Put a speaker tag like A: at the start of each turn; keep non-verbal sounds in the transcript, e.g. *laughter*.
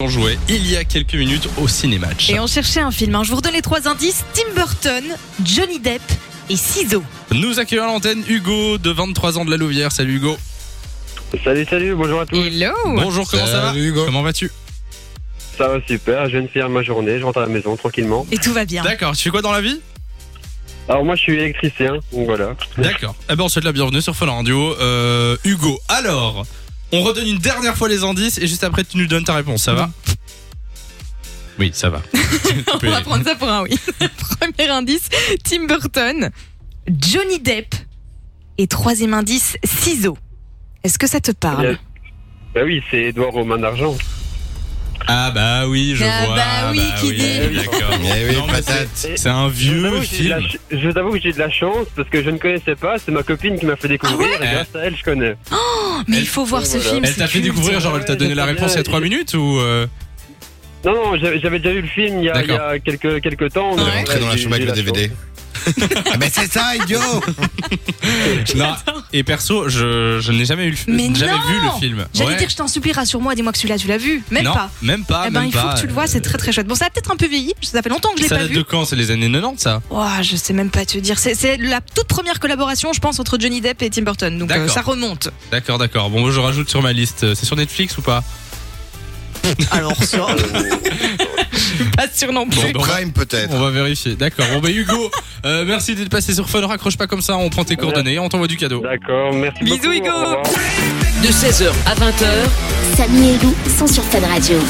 A: On jouait il y a quelques minutes au cinématch.
B: Et on cherchait un film. hein. Je vous redonne les trois indices Tim Burton, Johnny Depp et Ciseaux.
A: Nous accueillons à l'antenne Hugo de 23 ans de la Louvière. Salut Hugo.
C: Salut, salut, bonjour à tous.
B: Hello
A: Bonjour, comment ça va
D: Salut, Hugo.
A: Comment vas-tu
C: Ça va super, je viens de finir ma journée, je rentre à la maison tranquillement.
B: Et tout va bien.
A: D'accord, tu fais quoi dans la vie
C: Alors moi je suis électricien, donc voilà.
A: D'accord. Eh ben on te souhaite la bienvenue sur Fun Radio. Euh, Hugo, alors, on redonne une dernière fois les indices et juste après tu nous donnes ta réponse, ça va Oui, ça va. Tu peux y
B: *laughs* On va
A: aller.
B: prendre ça pour un oui. Premier indice Tim Burton, Johnny Depp et troisième indice Ciseaux. Est-ce que ça te
C: Bien.
B: parle
C: Bah oui, c'est Edouard Romain d'Argent.
A: Ah bah oui, je
B: Ah
A: vois.
B: bah oui, qui dit
A: D'accord.
D: Eh oui,
A: Non, mais
D: patate. Ah
A: c'est- C'est un
C: Je
A: vieux
C: t'avoue que j'ai de la
A: film.
C: ch- Je t'avoue que j'ai de la chance parce que je ne connaissais pas, c'est ma copine qui m'a fait découvrir
A: Ah ouais
C: et grâce à elle je connais.
B: Oh, Mais il faut voir ce
C: Voilà.
B: film.
A: Elle
B: c'est
A: t'a fait
B: culte.
A: découvrir, genre elle t'a donné la réponse il y a 3 minutes ou euh,
C: Non, non, j'avais j'avais déjà vu le film il y a, il y a quelques, quelques temps.
D: On
A: Ah
C: donc,
D: est rentré
C: ouais,
D: dans la
C: j'ai-
D: chambre avec
C: j'ai
D: le
C: la
D: DVD. ah mais c'est ça, idiot
A: *laughs* Non, et perso, je, je n'ai jamais, eu le, fi-
B: Mais
A: jamais
B: non
A: vu le film.
B: J'allais
A: Ouais.
B: dire, je t'en supplie, rassure-moi, dis-moi que celui-là, tu l'as vu. Même
A: non,
B: pas.
A: Même pas,
B: eh ben,
A: même
B: il faut
A: pas.
B: que tu le vois, c'est très très chouette. Bon, ça a peut-être un peu vieilli, ça fait longtemps que je l'ai
A: Ça
B: pas
A: date
B: vu.
A: de quand C'est les années 90, ça
B: Oh, je sais même pas te dire. C'est- C'est la toute première collaboration, je pense, entre Johnny Depp et Tim Burton. Donc
A: D'accord.
B: euh, ça remonte.
A: D'accord, d'accord. Bon, je rajoute sur ma liste. C'est sur Netflix ou pas
B: Alors ça, pas sûr non plus.
D: Sur Euh, Prime peut-être.
A: On va vérifier. D'accord. Bon, bah, Hugo, euh, merci d'être passé sur Fun. Raccroche pas comme ça. On prend tes coordonnées et on t'envoie du
C: Bah,
A: cadeau.
C: D'accord, merci
B: Bisous,
C: beaucoup,
B: Hugo.
C: au revoir.
E: de 16h à 20h
F: Samy et Lou sont sur Fun Radio.